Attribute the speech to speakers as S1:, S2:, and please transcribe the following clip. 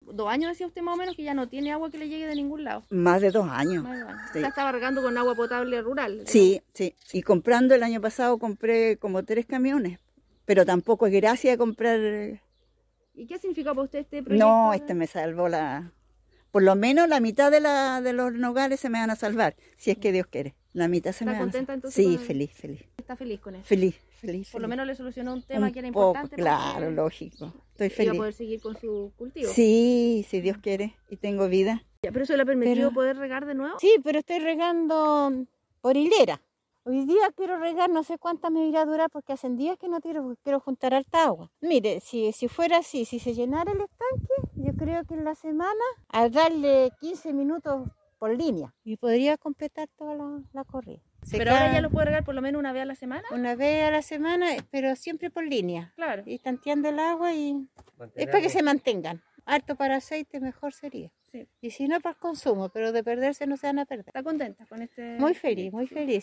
S1: dos años, decía usted más o menos, que ya no tiene agua que le llegue de ningún lado.
S2: Más de dos años.
S1: Más de dos años.
S2: Sí.
S1: Está estaba regando con agua potable rural.
S2: Sí, sí. Y comprando el año pasado compré como tres camiones, pero tampoco es gracia de comprar.
S1: ¿Y qué significa para usted este proyecto?
S2: No, este me salvó la. Por lo menos la mitad de, la, de los nogales se me van a salvar, si es que Dios quiere. La mitad se
S1: ¿Está
S2: me van a
S1: contenta
S2: salvar.
S1: entonces
S2: Sí,
S1: con-
S2: feliz, feliz,
S1: Está feliz con eso.
S2: feliz, feliz.
S1: Por lo
S2: feliz.
S1: menos le solucionó un tema
S2: Un
S1: que era
S2: poco,
S1: importante. para
S2: Claro,
S1: que
S2: lógico. Estoy
S1: iba a
S2: feliz.
S1: poder seguir con su cultivo.
S2: Sí, si Dios quiere y tengo vida.
S1: Ya, Pero eso le ha permitido
S3: Pero-
S1: poder regar de nuevo.
S3: Sí, pero estoy regando por hilera. Hoy día quiero regar, no sé cuántas me irá a durar porque hacen días que no tiro, porque quiero juntar harta agua. Mire, si, si fuera así, si se llenara el estanque, yo creo que en la semana, al darle 15 minutos por línea, y podría completar toda la, la corrida.
S1: Pero ahora ya lo puede regar por lo menos una vez a la semana.
S3: Una vez a la semana, pero siempre por línea.
S1: Claro.
S3: Y tanteando el agua y es para que se mantengan. Harto para aceite mejor sería.
S1: Sí.
S3: Y si no, para el consumo, pero de perderse no se van a perder.
S1: Está contenta con este.
S3: Muy feliz, muy feliz.